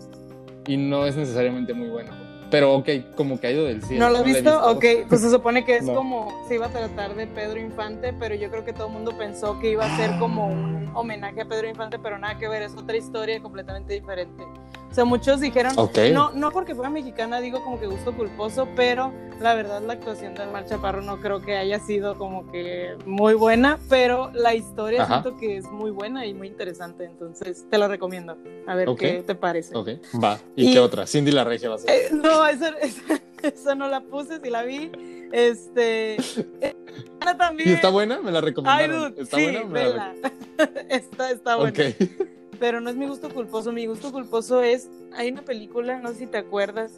y no es necesariamente muy bueno. Pero ok, como caído del cielo.
¿No lo has
he
visto? Ok, pues se supone que es
No.
como. Se iba a tratar de Pedro Infante, pero yo creo que todo el mundo pensó que iba a ser como un homenaje a Pedro Infante, pero nada que ver, es otra historia completamente diferente. O sea, muchos dijeron,
Ok.
No, no porque fuera mexicana, digo como que gusto culposo, pero la verdad la actuación de Omar Chaparro no creo que haya sido como que muy buena, pero la historia
Ajá.
siento que es muy buena y muy interesante, entonces te la recomiendo. A ver
Ok.
qué te parece.
Ok, va. ¿Y,
Y-
qué otra? Cindy la Regia va a ser.
Eh, no, esa, esa- esa no la puse, si la vi. Este. eh, Ana también.
¿Y está buena? ¿Me la
Ay,
recomendaron?
dude,
¿Está
sí,
buena? Me la
vela. está, está buena
recom- Ok.
pero no es mi gusto culposo. Mi gusto culposo es, hay una película, no sé si te acuerdas,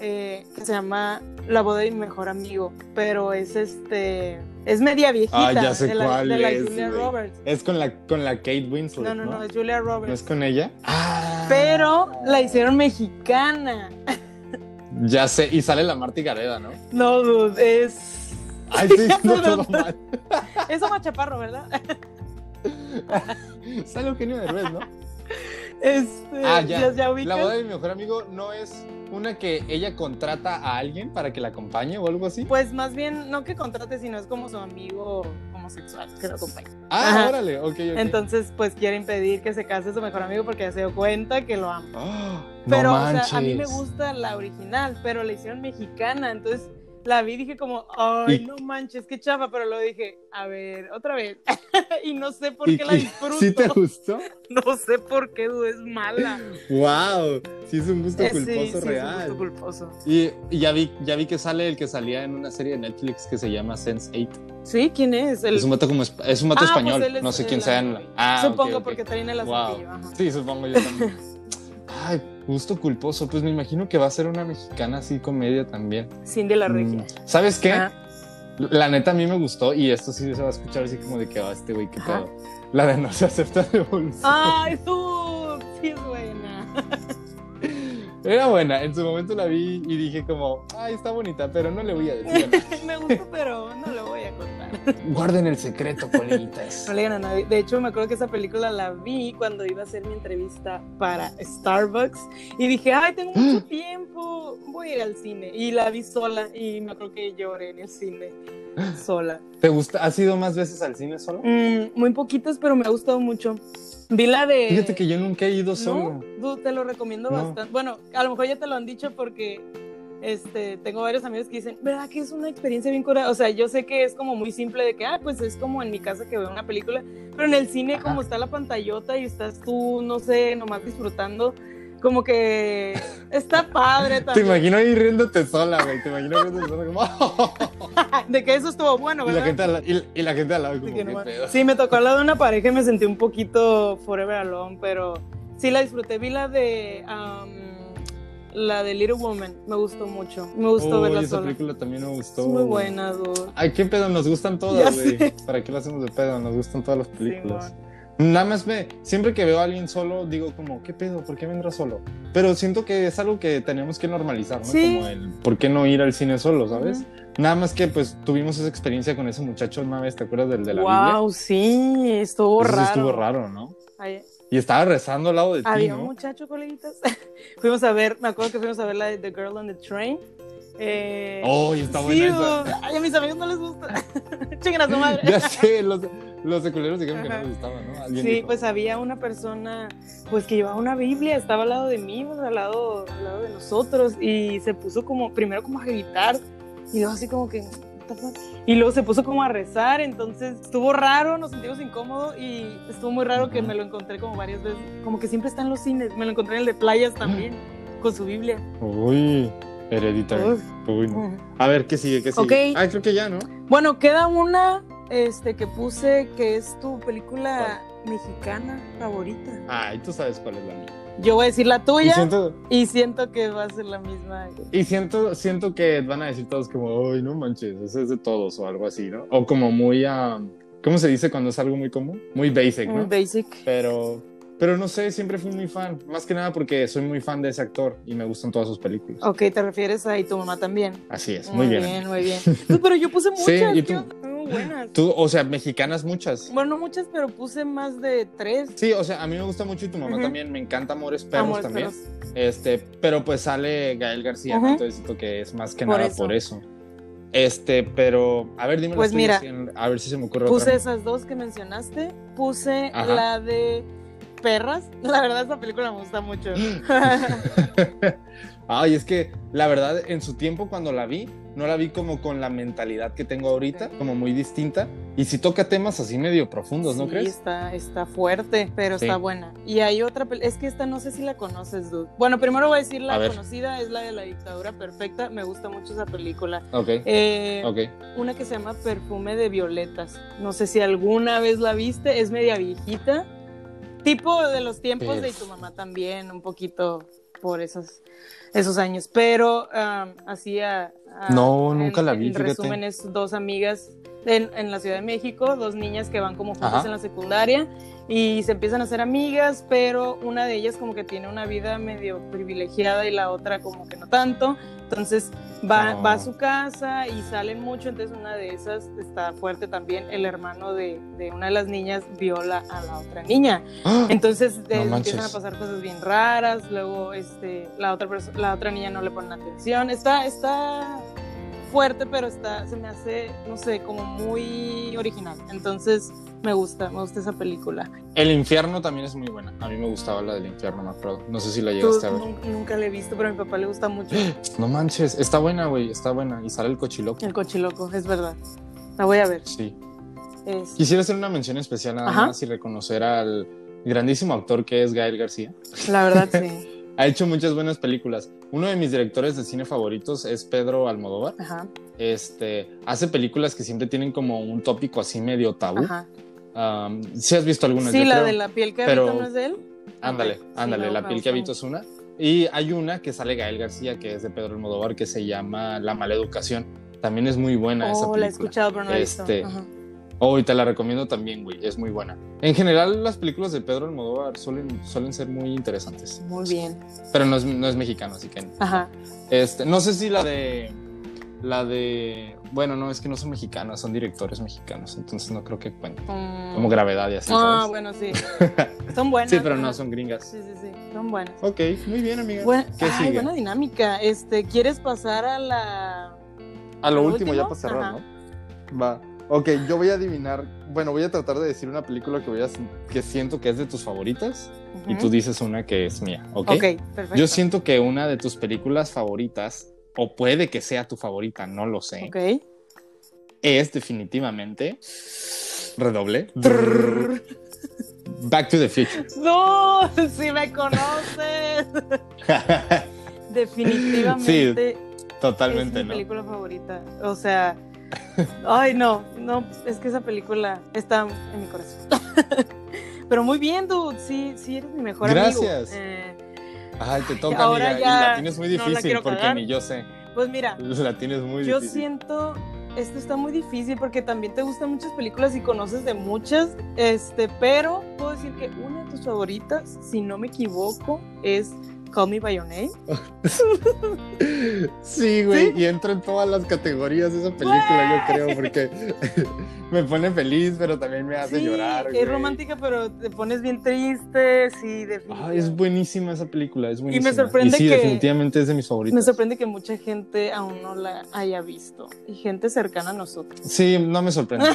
eh, que se llama La boda de mi mejor amigo, pero es este, es media viejita
Ah, ya sé
de la,
cuál
de la
es,
Julia
güey.
Roberts.
Es con la, con la Kate Winslet.
No, no, no, es Julia
¿No es
Roberts.
con ella? Ah.
Pero la hicieron mexicana.
Ya sé, y sale la Marti Gareda, ¿no?
No, dude, es...
Ay, sí,
Ya
no
sé
todo
dónde.
mal.
Es Omar Chaparro, ¿verdad?
Sale Eugenio Derbez, ¿no?
Este,
Ah, ya. La
ubicas.
boda de mi mejor amigo no es una que ella contrata a alguien para que la acompañe o algo así.
Pues más bien, no que contrate, sino es como su amigo, como homosexual que lo acompaña.
Ah,
Ajá.
órale, ok, ok.
Entonces, pues quiere impedir que se case su mejor amigo porque ya se dio cuenta que lo ama.
Ah, no
Pero, o
manches.
sea, a mí me gusta la original, pero la hicieron mexicana, entonces la vi y dije como, ay,
Y-
no manches, qué chafa, pero luego dije, a ver, otra vez. y no sé por
¿Y
qué la
qué?
disfruto,
¿Sí te gustó?
no sé por qué dude, es mala.
¡Wow! Sí es un gusto
Eh, sí, sí,
culposo
es un
real.
gusto culposo.
Y, y ya, vi, ya vi que sale el que salía en una serie de Netflix que se llama Sense8.
Sí, ¿quién es? El-
Es un vato, como, esp- es un vato
Ah, pues
español.
él es
no sé
el
quién sea.
amigo.
en- Ah, ok,
Supongo
ok.
porque traen el
Wow.
asuntillo. ajá.
Sí, supongo yo también. Ay, gusto culposo. Pues me imagino que va a ser una mexicana así comedia también.
Cindy la regia. Ah.
Mm, ¿Sabes qué?
Ajá.
La neta a mí me gustó y esto sí se va a escuchar así como de que va este güey, qué
Ajá. Ah.
pedo. La de no se acepta devolución.
Ay, tú, sí es buena.
Era buena, en su momento la vi y dije como, ay, está bonita, pero no le voy a decir. a nadie".
Me gusta, pero no lo voy a contar.
Guarden el secreto, coleguitas.
No le digan a nadie. De hecho, me acuerdo que esa película la vi cuando iba a hacer mi entrevista para Starbucks y dije, ay, tengo mucho tiempo, voy a ir al cine. Y la vi sola y me acuerdo que lloré en el cine sola.
¿Te gusta? ¿Has ido más veces al cine solo?
Mm, muy poquitas, pero me ha gustado mucho. Vi la de...
Fíjate que yo nunca he ido solo.
Eh, No, dude, te lo recomiendo
No.
bastante. Bueno, a lo mejor ya te lo han dicho porque este, tengo varios amigos que dicen, ¿verdad que es una experiencia bien curada? O sea, yo sé que es como muy simple de que, ah, pues es como en mi casa que veo una película, pero en el cine
Ajá.
como está la pantallota y estás tú, no sé, nomás disfrutando, como que está padre
Te
también.
imagino ahí riéndote sola, güey. Te imagino riéndote sola como...
Ah, de que eso estuvo bueno,
y, la
¿verdad?
gente al, y, y la gente al lado
De
como,
que
qué
no mames.
pedo.
Sí, me tocó al lado de una pareja y me sentí un poquito forever alone, pero sí la disfruté. Vi la de um, la de Little Woman, me gustó mucho. Me gustó
Uy,
verla
esa
sola.
película también me
Es
gustó.
muy buena, dude.
Ay, qué pedo, nos gustan
Ya
todas,
sé.
güey. ¿Para qué lo hacemos de pedo? Nos gustan todas las películas.
Simón.
Nada más me, siempre que veo a alguien solo, digo como, ¿qué pedo? ¿Por qué vendrá solo? Pero siento que es algo que tenemos que normalizar, ¿no?
Sí.
Como el, ¿por qué no ir al cine solo, sabes? Nada más que pues tuvimos esa experiencia con ese muchacho una vez, ¿te acuerdas del de la Biblia?
wow, sí, estuvo
Eso sí
raro.
estuvo raro, ¿no?
Ay,
Y estaba rezando al lado de ti,
había
¿no?
un muchacho, coleguitas. fuimos a ver, me acuerdo que fuimos a ver la de The Girl on the Train. Eh,
Oh, y está
sí,
buena esa.
dude. Ay, a mis amigos no les gusta. Chequen a su madre.
Ya sé, los, los seculeros dijeron que no
Ajá.
les gustaba, ¿no?
Sí,
Alguien dijo.
pues había una persona pues que llevaba una Biblia, estaba al lado de mí, pues, al, lado, al lado de nosotros, y se puso como, primero como a gritar, y luego así como que... "What the fuck?", Y luego se puso como a rezar, entonces estuvo raro, nos sentimos incómodos y estuvo muy raro que
Ujú.
me lo encontré como varias veces, como que siempre está en los cines, me lo encontré en el de playas también, con su Biblia.
Uy, hereditario.
Uf.
Uy, no. A ver, ¿qué sigue? ¿Qué sigue?
Ok.
Ah, creo que ya, ¿no?
Bueno, queda una este, que puse que es tu película mexicana favorita.
Ay, tú sabes cuál es la mía.
Yo voy a decir la
Y
tuya.
siento,
Y siento que va a ser la misma.
y siento, siento que van a decir todos como, ay, no manches, ese es de todos o algo así, ¿no? O como muy, ah, ¿cómo se dice cuando es algo muy común? Muy basic,
Muy
¿no?
basic.
Pero, pero no sé, siempre fui muy fan. Más que nada porque soy muy fan de ese actor y me gustan todas sus películas.
Ok, te refieres a y tu mamá también.
Así es, Pues muy, bien.
muy bien. Tú, pero yo puse muchas.
Sí, ¿y
tío.
tú?
Muy buenas.
Tú, o sea, mexicanas muchas.
Bueno, no muchas, pero puse más de tres.
Sí, o sea, a mí me gusta mucho y tu mamá
Ujú.
también, me encanta Amores Perros
Amores
también.
Perros.
Este, pero pues sale Gael García, ¿no?
Ujú.
entonces siento que es más que
Por
nada
eso.
por eso. Este, pero a ver, dime las
Pues
tuyas,
mira,
en- a ver si se me ocurre
Puse
otra.
esas dos que mencionaste. Puse
Ajá.
la de perras. La verdad, esa película me gusta mucho.
Ay, es que la verdad en su tiempo cuando la vi, no la vi como con la mentalidad que tengo ahorita,
Ok.
como muy distinta y si toca temas así medio profundos, ¿no
Sí,
crees?
Está, está fuerte, pero
Sí.
está buena. Y hay otra, pel- es que esta no sé si la conoces, dude. Bueno, primero voy a decir la
A ver.
conocida, es la de la dictadura perfecta. Me gusta mucho esa película.
Ok.
Eh,
Ok.
Una que se llama Perfume de Violetas. No sé si alguna vez la viste, es media viejita. Tipo de los tiempos de
Perf-
tu mamá también, un poquito por esos, esos años. Pero am, así a- a-
No,
en-
nunca la vi,
En
fíjate.
resumen, es dos amigas en, en la Ciudad de México, dos niñas que van como juntas
Ajá.
en la secundaria y se empiezan a ser amigas, pero una de ellas como que tiene una vida medio privilegiada y la otra como que no tanto. Entonces va,
No.
va a su casa y salen mucho, entonces una de esas está fuerte también, el hermano de, de una de las niñas viola a la otra niña.
¡Ah!
Entonces eh,
manches.
empiezan a pasar cosas bien raras, luego este, la, otra perso- la otra niña no le ponen atención, está, está fuerte, pero está, se me hace, no sé, como muy original. Entonces, me gusta, me gusta esa película.
El infierno también es muy buena. A mí me gustaba la del infierno, me acuerdo. No sé si la llegaste a ver.
Nunca, nunca la he visto, pero a mi papá le gusta mucho
No manches, está buena, güey, está buena. Y sale el cochiloco.
el cochiloco, es verdad. La voy a ver.
Sí.
Es-
Quisiera hacer una mención especial nada
Ajá.
más y reconocer al grandísimo actor que es Gael García.
La verdad, sí.
Ha hecho muchas buenas películas. Uno de mis directores de cine favoritos es Pedro Almodóvar.
Ajá,
Este hace películas que siempre tienen como un tópico así medio tabú.
ajá.
si has visto algunas,
Sí,
yo
la
creo.
de la piel que
pero-
habita no es de él.
Ándale,
Sí,
ándale,
no,
la
me
piel
gusta
que habito es una. Y hay una que sale Gael García, que es de Pedro Almodóvar, que se llama La Maleducación. También es muy buena esa
Oh,
película.
la he escuchado, pero no la he visto.
Este,
Ajá.
Oh, y te la recomiendo también, güey. Es muy buena. En general, las películas de Pedro Almodóvar suelen, suelen ser muy interesantes.
Muy bien.
Pero no es, no es mexicano, así que.
Ajá.
Este, no sé si la de. La de. Bueno, no, es que no son mexicanas, son directores mexicanos. Entonces no creo que cuenten.
Mm.
Como gravedad y así.
Ah,
¿sabes?
bueno, sí. Son buenas.
sí, pero no
buenas.
son gringas.
Sí, sí, sí. Son buenas.
Ok, muy bien, amiga.
Buen-
¿Qué
Ay,
sigue?
buena dinámica. Este, ¿quieres pasar a la
A lo
¿Lo
último, ya
último?
para cerrar,
Ajá.
¿no? Va. Ok, yo voy a adivinar. Bueno, voy a tratar de decir una película que, voy a, que siento que es de tus favoritas y tú
Ujú.
dices una que es mía, ¿ok?
Ok, perfecto.
Yo siento que una de tus películas favoritas, o puede que sea tu favorita, no lo sé,
Ok.
es definitivamente. Redoble.
Trrr.
Back to the Future.
No, si me conoces. Definitivamente es
Totalmente,
mi
¿no?
película favorita. O sea, ay no, no, es que esa película está en mi corazón. Pero muy bien, dude. Sí, sí eres mi mejor amigo.
Gracias.
Eh,
Ay, te toca,
ahora
amiga. y
ya
la tienes muy
no la
difícil
quiero
porque
cagar.
ni yo sé.
pues mira,
La tienes muy
Yo
difícil.
siento, esto está muy difícil porque también te gustan muchas películas y conoces de muchas, este, pero puedo decir que una de tus favoritas, si no me equivoco, es Call Me By Your Name.
Sí, güey,
¿Sí?
y entra en todas las categorías de esa película, yo creo, porque me pone feliz, pero también me hace
Sí,
llorar.
es
güey.
romántica, pero te pones bien triste, sí,
Ah, es
definitivamente.
buenísima esa película, es buenísima.
sorprende
sí,
que-
definitivamente es de mis favoritas.
me sorprende que mucha gente aún no la haya visto y gente cercana a nosotros,
Sí, no me sorprende.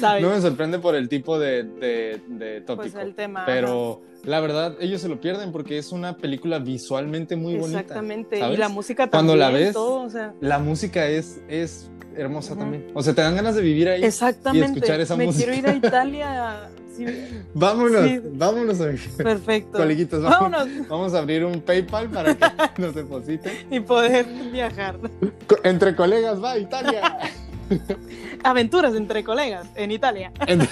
¿sabes?
no me sorprende por el tipo de, de- de
pues
tópico.
el tema.
pero la verdad, ellos se lo pierden porque es una película visualmente muy
ajá,
bonita.
Exactamente.
¿sabes?
Y la música también.
Cuando la ves,
todo, o sea,
La música es, es hermosa
Ujú.
también. O sea, te dan ganas de vivir ahí.
Exactamente.
escuchar esa
Me
música.
quiero ir a Italia. Sí,
Vámonos,
Sí.
vámonos, amiga.
perfecto.
coleguitas, vámonos.
Vámonos
Vamos a abrir un PayPal para que nos depositen.
y poder viajar.
Co- Entre colegas va Italia.
Aventuras entre colegas en Italia.
Entre-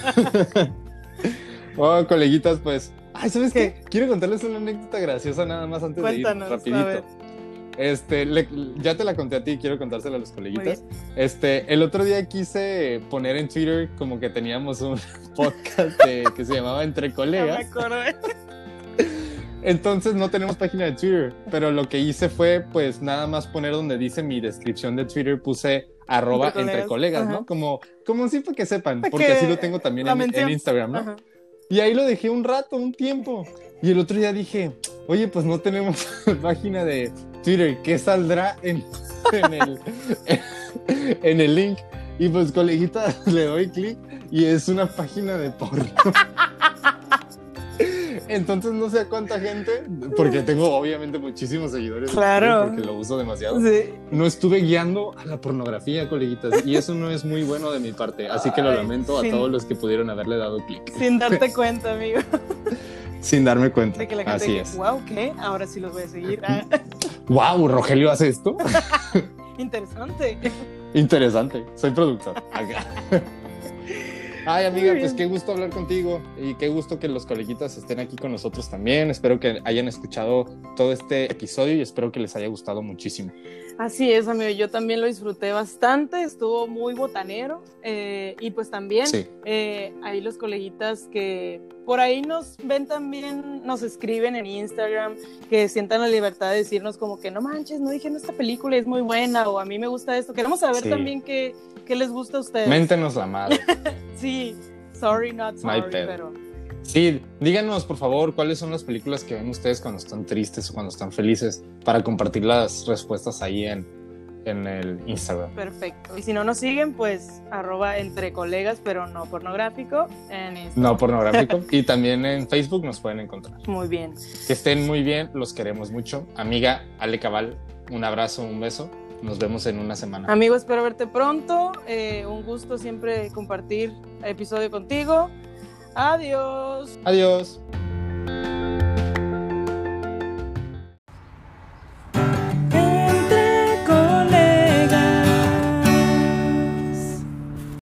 oh, coleguitas, pues. Ay, ¿sabes qué? Quiero contarles una anécdota graciosa nada más antes
Cuéntanos,
de ir
a ver.
rapidito. Este, le- ya te la conté a ti, quiero contársela a los
Muy
coleguitas.
bien.
Este, el otro día quise poner en Twitter como que teníamos un podcast de- que se llamaba Entre
Ya me
Colegas.
acordé.
Entonces no tenemos página de Twitter, pero lo que hice fue pues nada más poner donde dice mi descripción de Twitter, puse arroba
Entre
entre
colegas,
colegas, ¿no?
ajá.
Como, como sí para que sepan,
Pa'
porque
que
así lo tengo también
la
en,
mención.
en Instagram, ¿no?
Ajá.
Y ahí lo dejé un rato, un tiempo. Y el otro día dije, oye, pues no tenemos página de Twitter, ¿qué saldrá en, en el, en el link? Y pues coleguita, le doy clic y es una página de porno. Entonces no sé a cuánta gente, porque tengo obviamente muchísimos seguidores, en
Claro.
Twitter porque lo uso demasiado.
Sí.
No estuve guiando a la pornografía, coleguitas, y eso no es muy bueno de mi parte, así que lo
Ay,
lamento a
sí.
todos los que pudieron haberle dado clic
Sin darte cuenta, amigo.
sin darme cuenta.
De que la gente
Así
diga,
es.
wow, ¿qué? Ahora sí los voy a seguir. Ah,
Wow, Rogelio hace esto.
interesante.
Interesante. Soy productor. Ay, amiga,
Muy
pues
bien.
qué gusto hablar contigo y qué gusto que los coleguitas estén aquí con nosotros también. Espero que hayan escuchado todo este episodio y espero que les haya gustado muchísimo.
Así es, amigo. Yo también lo disfruté bastante. Estuvo muy botanero. eh, y pues también
Sí.
eh, ahí los coleguitas que por ahí nos ven también, nos escriben en Instagram, que sientan la libertad de decirnos como que no manches, no dije, no, esta película es muy buena o a mí me gusta esto. Queremos saber
Sí.
también qué, qué les gusta a ustedes.
Méntenos la madre.
sí, sorry, not
No hay
sorry,
pedo.
pero
Sí, díganos por favor cuáles son las películas que ven ustedes cuando están tristes o cuando están felices para compartir las respuestas ahí en, en el Instagram.
Perfecto. Y si no nos siguen, pues arroba entre colegas, pero no pornográfico. En Instagram.
No pornográfico. y también en Facebook nos pueden encontrar.
Muy bien.
Que estén muy bien, los queremos mucho. Amiga Ale Cabal, un abrazo, un beso. Nos vemos en una semana.
Amigo, espero verte pronto. Eh, un gusto siempre compartir episodio contigo. Adiós.
Adiós.